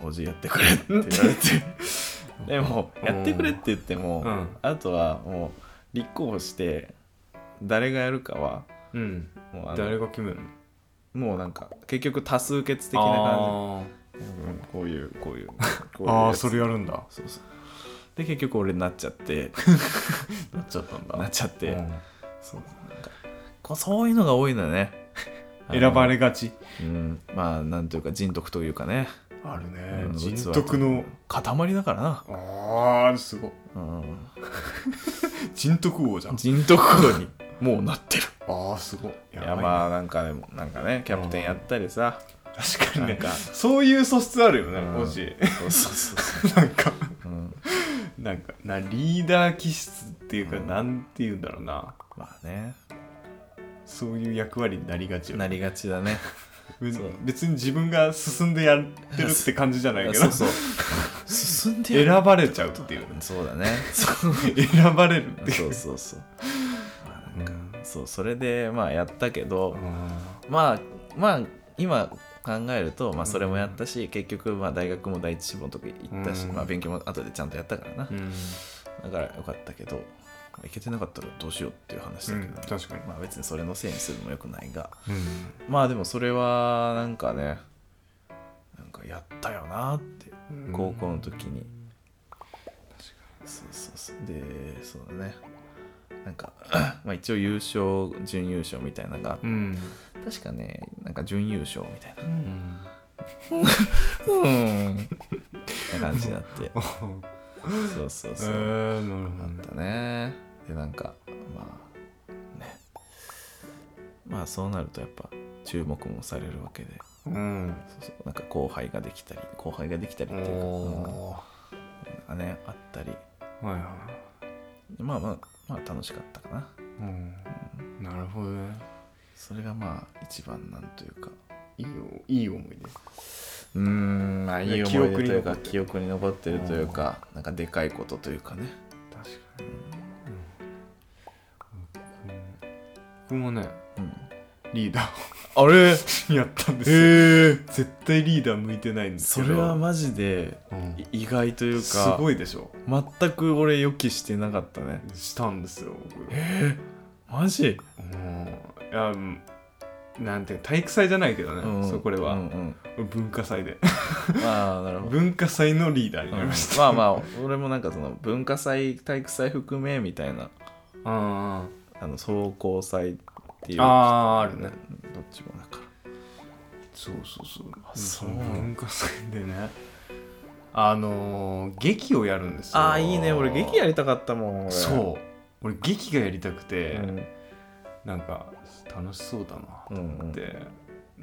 おじやってくれって言われ てでもやってくれって言っても、
うん
あとはもう立候補して誰がやるかは
うん
もうあ
誰
の
が決めるの
もうなんか結局多数決的な感じ
あ
うんこういうこういうこ
ー
ういう
あ
や
ー
つ
それやるんだ
そうそうで結局俺になっちゃって
なっちゃったんだ
なっちゃって、
うん
そうなんかこうそういうのが多いのよね
選ば
れ
れがち
うんまあなんというか人徳というかね、
ある
うん
ね人
器
徳の
塊だからな、
ああすごい
うん、
人徳王じゃん
人徳王にもうなってる
ああすごい
い
やば
や
いね
まあなんかでもなんかねキャプテンやったりさ、
確かにね
なんか
そういう素質あるよね
うん
も し
そうそうそうそ
なんか
う、うん、
なんかなリーダー気質っていうか
うん
なんて言うんだろうな
まあね
そういう役割になりがちよ
な
ね
りがちだ ね
別
そう
別に自分が進んでやってるって感じじゃないけど
そうそう 進んで
選
る
ばれちゃうっていうね
そうだねそう
選ばれるって
そ
いうう
そうそう。まあ
う
なんんかそうそれでまあやったけど、
あ
まあまあ今考えると、まあ、それもやったし、結局まあ大学も第一志望の時行ったし、
うん
まあ、勉強も後でちゃんとやったからな、
ーうん
だからよかったけど行けてなかったらどうしようっていう話だけど、
確かに
まあ別にそれのせいにするのもよくないがまあでもそれはなんかねなんかやったよなって
うん
高校の時に、そうそうそうでそうだねなんか まあ一応優勝準優勝みたいなのがあっ
うん
確かねなんか準優勝みたいな
うん
うんな感じになって そうそう
え
そう、
ーなるほどね
あったねでなんかまあねまあそうなるとやっぱ注目もされるわけで
うん
そうそうなんか後輩ができたり後輩ができたりっていうかうん
お
なんかねあったり
ーはいはい
まあまあまあ楽しかったかな
うんなるほどね
それがまあ一番なんというか
いいよいい思い出
うーんまあいい
記
思い
憶
出
に
というか
残ってる
記憶に残ってるというかなんかでかいことというかね
確かに、うん僕もね
うん
リーダー
あれ
やったんですよ
ええ
絶対リーダー向いてないんです
そ
けど
れはマジで
うん
い意外というか
すごいでしょ
全く俺予期してなかったね
したんですよ僕
えー、マジ、
うんいやうんなんて体育祭じゃないけどね、
うん
そうこれは
うん、 うん
文化祭で
まあなるほど
文化祭のリーダーに
う
なり
ん
ました、
まあまあ俺もなんかその文化祭体育祭含めみたいな
あ
あの総合祭っていう
ああるね
どっちもだから
そうそうそう
あそう
の文化祭でねあのー劇をやるんですよ
ああいいね俺劇やりたかったもん俺
そう俺劇がやりたくて、
うん
なんか楽しそうだ
う
なん
うん
って、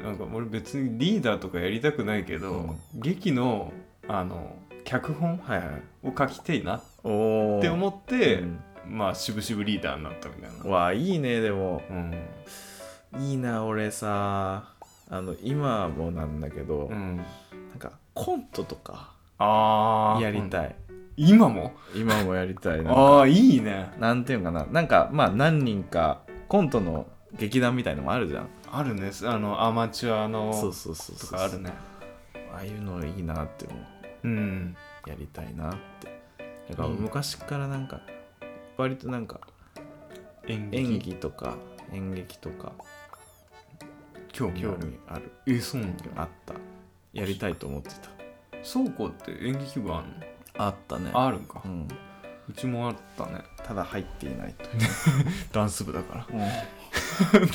なんか俺別にリーダーとかやりたくないけど、劇のあの脚本
はいはい
を書きていなっ
おお
て思って、
うん
まあ渋々リーダーになったみたいな、
わあいいねでも
うん
いいな俺さあの今もなんだけど、
うん、
なんかコントとか
ああ
やりたい、
今も
今もやりたいな
ああいいね
なんていうのかななんかまあ何人かコントの劇団みたいのもあるじゃん
あるねあのアマチュアの
そうそうそうそ
と
う
かあるね
ああいうのいいなって思う
うん
やりたいなってだから
いいね
昔からなんか割となんか
演劇
演技とか演劇とか
興味あ
興
る
味ある
えそうなんだ
あったやりたいと思って
倉庫って演劇部あんの
たあったね
あるんか
うん、
うちもあったね
ただ入っていないと
ダンス部だから
いう、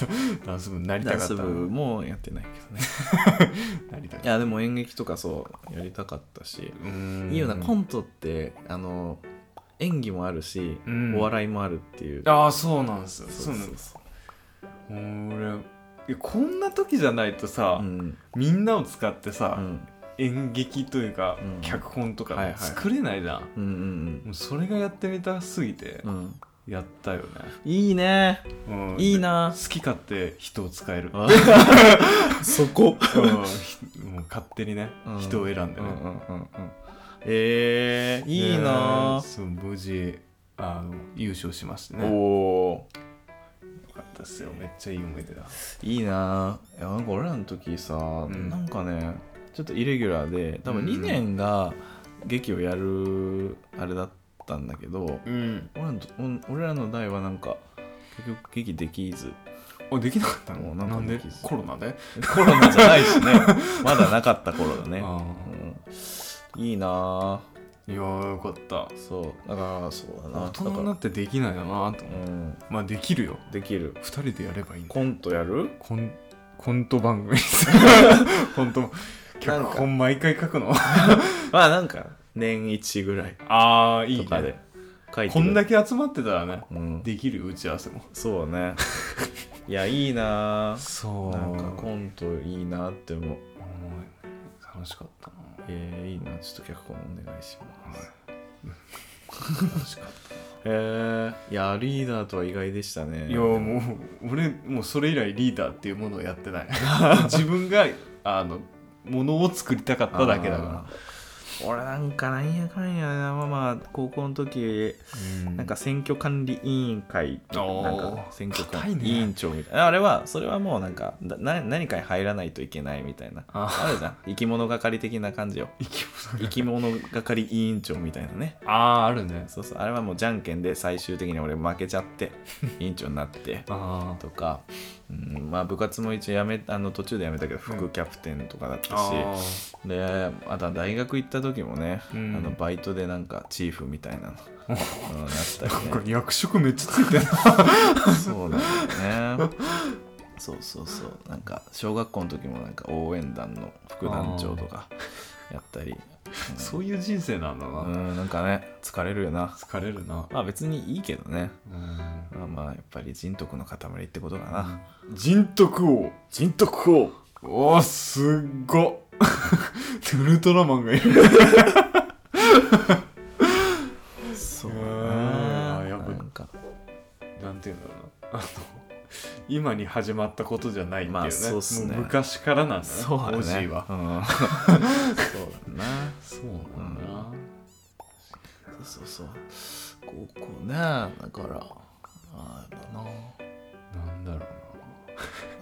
ダンス部になり
ダ
た
ン
かった
ス
な
部もやってないけどね
なりたかっ
いやでも演劇とかそうやりたかったした
うーん
いいよなコントってあの演技もあるし、
うん
お笑いもあるっていう
ああそうなんですよ
そ
そうう
そ
なん
う
です
そう
俺いやこんな時じゃないとさ、
うん
みんなを使って
う
さ、
ん
演劇というか、
うん
脚本とか
はいはい
作れないじゃん、
うんうん
もうそれがやってみたすぎて
うんうん
やったよね、
いいね
うん
いいな
好き勝手人を使える、 うん、
そこ
ひもう勝手にね、
うん
人を選ん
う
で
ん
ね
うん、うんうんえー、いい
で
な
そう無事あの優勝しましてねよ
おお
かったっすよめっちゃいい思い出だ
いいないやなんか俺らの時さ、
ん
なんかねちょっとイレギュラーで多分
うん
2年が劇をやるあれだったんだけど、
うん
俺らのお俺らの代はなんか結局劇できず
あできなかったの
おな
なんん
か
で
できず
コロナで、
コロナじゃないし ねまだなかった頃だね、
あ
うん、いいな
ーいやーよかった
ぁそうだからそうだな
大人にな
だか
ってできないよなと思
ら
う
うん
まあできるよ
できる
2人でやればいいんだ
コントやる
コンコント番 組コント脚本毎回書くの
まあなんか年一ぐらい
ああいい
とかで
ね
書いて
こん
だ
だけ集まってたらね
うん、
できるよ打ち合わせも
そう ねいやいいなぁ
そ
なんか
か
コントいいなって思う
楽しかったな
えー、いいなちょっと脚本お願いします、
楽しかっ
へえー、いやリーダーとは意外でしたね
たいやもう俺もうそれ以来リーダーっていうものをやってない 自分があのものを作りたかっただけだか
あー俺なんかなんやかんやなまあまあ高校の時
ら
なんか選挙管理委員会
おー
なんか選挙管
硬
理
いね
委員長みたいなあれはそれはもうなんかだな何かに入らないといけないみたいな
あ
あるじゃん生き物係的な感じよ
生き物
生き物係委員長みたいなね
あああるね
そうそうあれはもうじゃんけんで最終的に俺負けちゃって 委員長になって
あ
とか、うん、まあ部活も一応やめあの途中でやめたけど副キャプテンとかだったし、であとは大学行った時もね、
うん
あのバイトでなんかチーフみたいなの、うん、なったり
なんか役職めっちゃついてる
ねそうなんだよね そうそうそうなんか小学校の時もなんか応援団の副団長とかやったり
そういう人生なんだな、
うんなんかね疲れるよな
疲れるな
まあ別にいいけどね
うん
まあまあやっぱり人徳の塊ってことかな
人徳王
人徳を
おーすっご ウルトラマンがいる
そう
う
だ
ん
な
あやばい
なんか
なんていうんだろうなあの今に始まったことじゃないっていうね,、
まあそうっすね
もう昔からなんだね
そうだね
おじいは
うんそうだな
そうなんだな、
そうそうそう高校ねだからあれだな
なんだろうな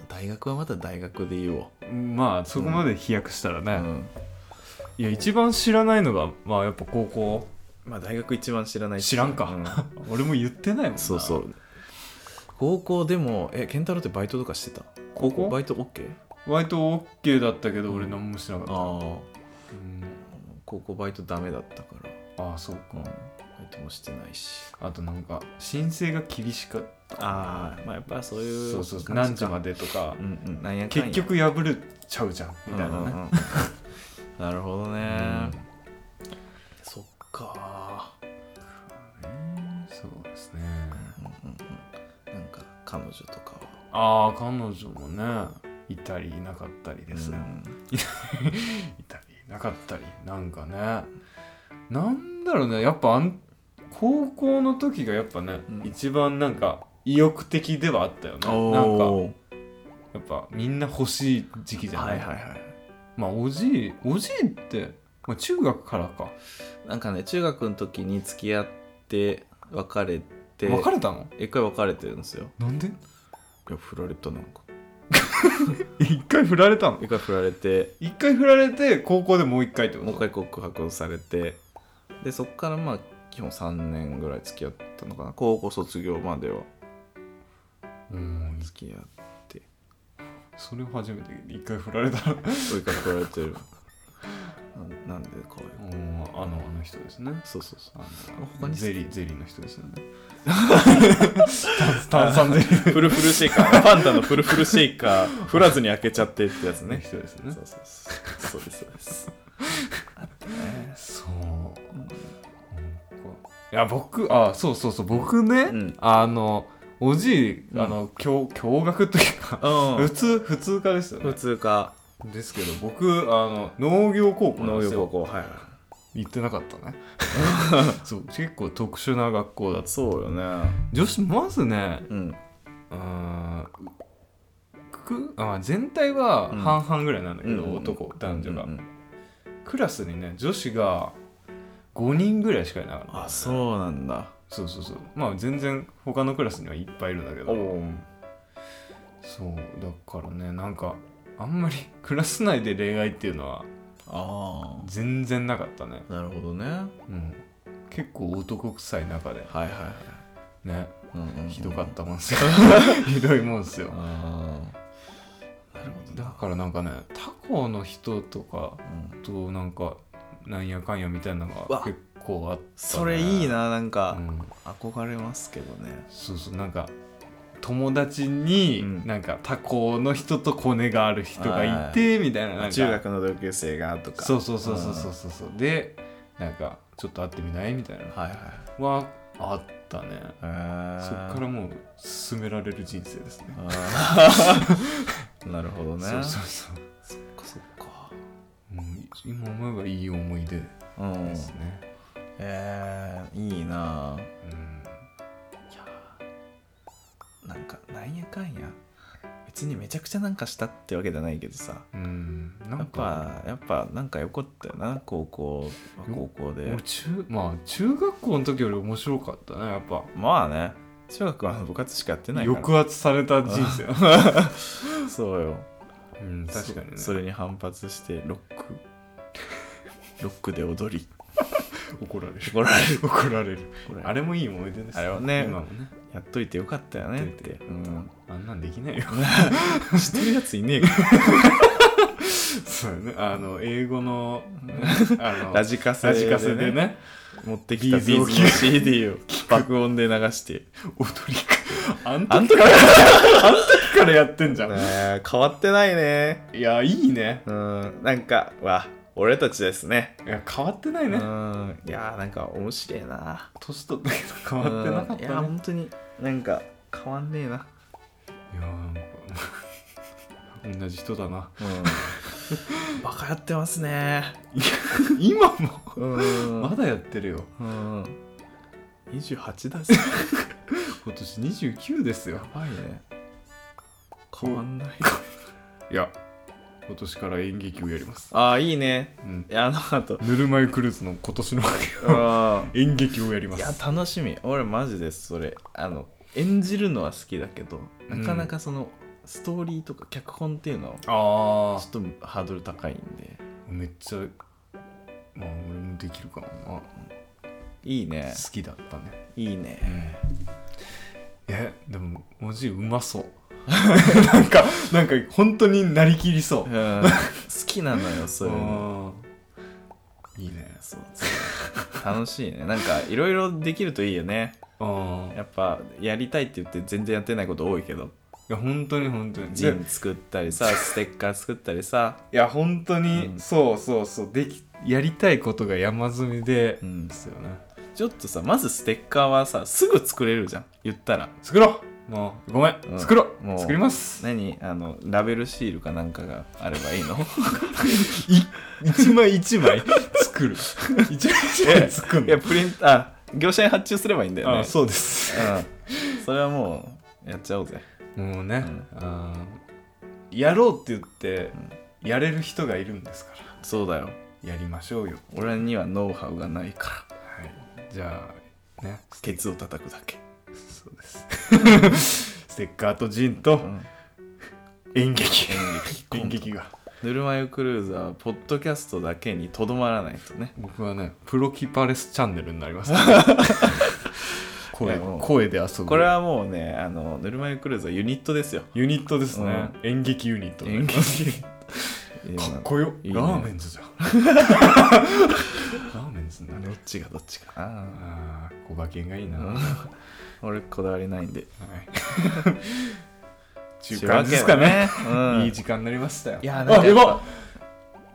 大学はまた大学で言おう、
まあそこまで飛躍したらね、
うん、
いや一番知らないのがまあやっぱ高校
まあ大学一番知らない
知らんか、
う
俺も言ってないもんな
そうそう高校でもえ健太郎ってバイトとかしてた
高校
バイト OK?
割と OK だったけど俺何もしなかった、
ああ
うん
高校バイトダメだったから
ああそうか、
うんバイトもしてないし
あとなんか申請が厳しかった
ああまあやっぱそういう
そうそうそう何時ま
で
でとか
うんうんなんやかんや
結局破れちゃうじゃんみたいなね、
うんうんうん なるほどね、そっか
そうですね
なんか彼女とかは
ああ彼女もねいたりいなかったりですよ、
うん
いたりいなかったりなんかねなんだろうねやっぱあん高校の時がやっぱね、
うん
一番なんか意欲的ではあったよねなんか
お
やっぱみんな欲しい時期じ
ー
ゃない、
はいはいはい
まあおじいおじいって、まあ、中学からか
なんかね中学の時に付き合って別れて
別れたの
一回別れてるんですよ
なんで
いや振られたなんか
一回振られたの
一回振られて
一回振られて高校でもう一回ってこと
もう一回告白をされてでそっからまあ基本3年ぐらい付き合ったのかな高校卒業までは
うん
付き合って
それを初めて一回振られたら
追いかけられてる ななんで可愛い
うんあのあの人ですね
そうそうそ
あの
他に好き
ゼリーゼリーの人ですよね 炭炭酸ゼリー
うフルフルシェイ カーパンダのフルフルシェイカー振らずに開けちゃってってやつ
の
ね
人です
そう
ね
そうそうそうですそうです
そうなんかいや僕あそうそうそう僕ね、
うん
あのおじい
うん
あの、驚驚愕というか
う
普通普通科ですよ
普
ね
通か
ですけど僕あの農業高校なん
農
で
業
す
高
よ
校はい
行ってなかったね そう結構特殊な学校だった
そうよね
女子まずね
うん
うーんくあ全体は
うん
半々ぐらいなんだけど、
うん
男男女が、
うんうん
クラスにね女子が5人ぐらいしかいなかった
あそうなんだ
そうそうそうまあ全然他のクラスにはいっぱいいるんだけど
お
そうだからねなんかあんまり クラス内で恋愛っていうのは
あ
全然なかったね、
あなるほどねはい
うん、結構男臭い中で
はいはい
ね
うんうんうん
ひどかったもんすよ ひどいもんすよ
ああなるほど
だ
な
からなんかね他校の人とかとなんかなんやかんやみたいなの
う
が
わ
結構あった、ね、
それいい、ななん
う
か
ん、
憧れますけどね
そうそうなんか友達に、
うん
なんか他校の人とコネがある人がいてみたいななんか
中学の同級生がとか
そうそうそうそうそうそうそうでなんかちょっと会ってみないみたいな
はいはい
はあったねそっ
そ
からもう進められる人生ですね
なるほどね
そうそうそう
そっかそっか
うん今思えばいい思い出
うん
ですね、
えー、いいなぁ
うん、
いやぁなんかなんやかんや別にめちゃくちゃなんかしたってわけじゃないけどさ
うん、な
や
ん
っ
か
ぱやっぱなんかよかったよな高校は
よ
高校で
俺中まあ中学校の時より面白かったねやっぱ
まあね中学は部活しかやってないから
抑圧された人生、
そうよ
うん、確かにね
そそれに反発してロック ロックで踊り
怒られる
怒られる
怒られるあ
あれ
れもいい思い出です
あれはね
今もね
やっといてよかったよねっ
や
て
っ
うん
あんなんできない よ
知ってるやついねえか
そうだねあの英語 の あの
らラジカセ
ラ
で
ジ
ね
カセでね
持ってきた
ビ
ビ
ー
ー
ズ
ズ
の
の CD を爆音で流して
踊りあん
あ
時
ん時から
からやってんじゃん、
ね変わってないね
いやいいね
うんなんかわ俺たちですね
いや変わってないうね、
んいやーなんか面白いな
年取ったけど変わってなかっ
うんいや
た
ー
ね
本当になんか変わんねえない
やなんか 同じ人だな
うん バカやってます ね
今も
うん
まだやってるよ
うん28だぜ
今年29ですよ
やばいね変わ んない
いや今年から演劇をやります、
ああいいね
うん、
いやあの あと
ぬるま湯クルーズの今年の
う
演劇をやりま
んいや
す
楽しみ俺マジでそれあの演じるのは好きだけどなかなかそのストーリーとか脚本っていうのはち
あ
ょっとハードル高いんで
あめっちゃまあ俺もできるかもない
いね
好きだったね
いいね
えでも文字うまそう なんかなんか本当になりきりそう
うん好きなのよそういうの
うんいいね
そうそう楽しいねなんかいろいろできるといいよね
ああ
やっぱやりたいって言って全然やってないこと多いけど
いや本当に本当に
ジ
で
ン作ったりさステッカー作ったりさ
いや本当に、
うん
そうそうそうできやりたいことが山積みで、
うん
ですよね
ちょっとさまずステッカーはさすぐ作れるじゃん言ったら
作ろうもうごめん、
うん
作ろう
もう
作ります
何あのラベルシールかなんかがあればいいの
一枚一枚作る一枚一枚作る
いやプリンあ業者に発注すればいいんだよね
あそうです
うん、それはもうやっちゃおうぜ
もうね
うん、
あーやろうって言って、やれる人がいるんですか
そうだよ
らやりましょうよ
俺にはノウハウがないから
はいじゃあね
ケツを叩くだけ、
そうです ステッカーとジンと
うん、
演劇
コント
演劇が
ぬるま湯クルーザーはポッドキャストだけにとどまらないとね
僕はねプロキパレスチャンネルになります 声
いやもう
声で遊ぶ
これはもうねあのぬるま湯クルーザーユニットですよ
ユニットですね、演劇ユニット
演劇
かっこよ
いいね
ラーメンズ じゃんラーメンズな
どっちがどっちかな
あー小馬券がいいな、
うん
はい、
俺こだわりないんで
中間ですかね、
中華はねうん、
いい時間になりましたよ
いやなんかやっ
あ
ぱ
やば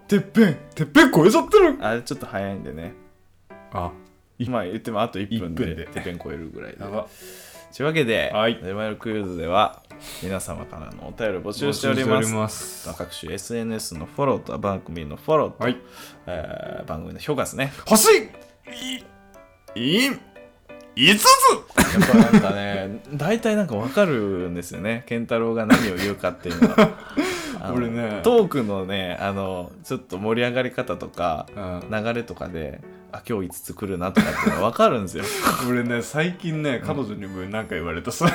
てっぺんてっぺん超えちゃってる
あれちょっと早いんでね
あ
まあ言ってもあと1分
一
で
分で
てっぺん超えるぐらいで
やば
というわけで、
はい
レマイルクルーズでは皆様からのお便りを募集しており
募
ま
集
す。
ます
各種 SNS のフォローと番組のフォローと、
はい
えー番組の評価ですね。
欲しいいい5つ
やっぱなんかね、大体なんかわかるんですよね。ケンタロウが何を言うかっていうの は。あの
俺ね
トークのね、あの、ちょっと盛り上がり方とか、
うん
流れとかで、あ、今日5つ来るなとかっていうのわかるんですよ。
俺ね最近ね彼女にも何か言われたさ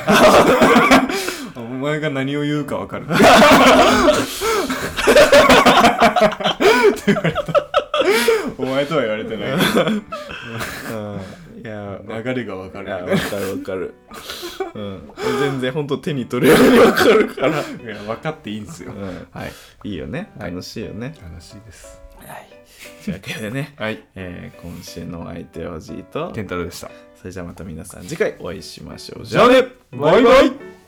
お前が何を言うか分かるって言われたお前とは言われてない
いや、
流れが分か
いや、わ
る
かるわかる。 うん。全然ほんと手に取るようにわかるから。
いや分かっていいんですよ
うん。
はい
いいよね。
はい
楽しいよね。
楽しいです
はい。というわけで ね、
はい
えー今週のお相手はおじいと
健、太郎でした
それじゃあまた皆さん次回お会いしましょう。
じゃあねバイバイ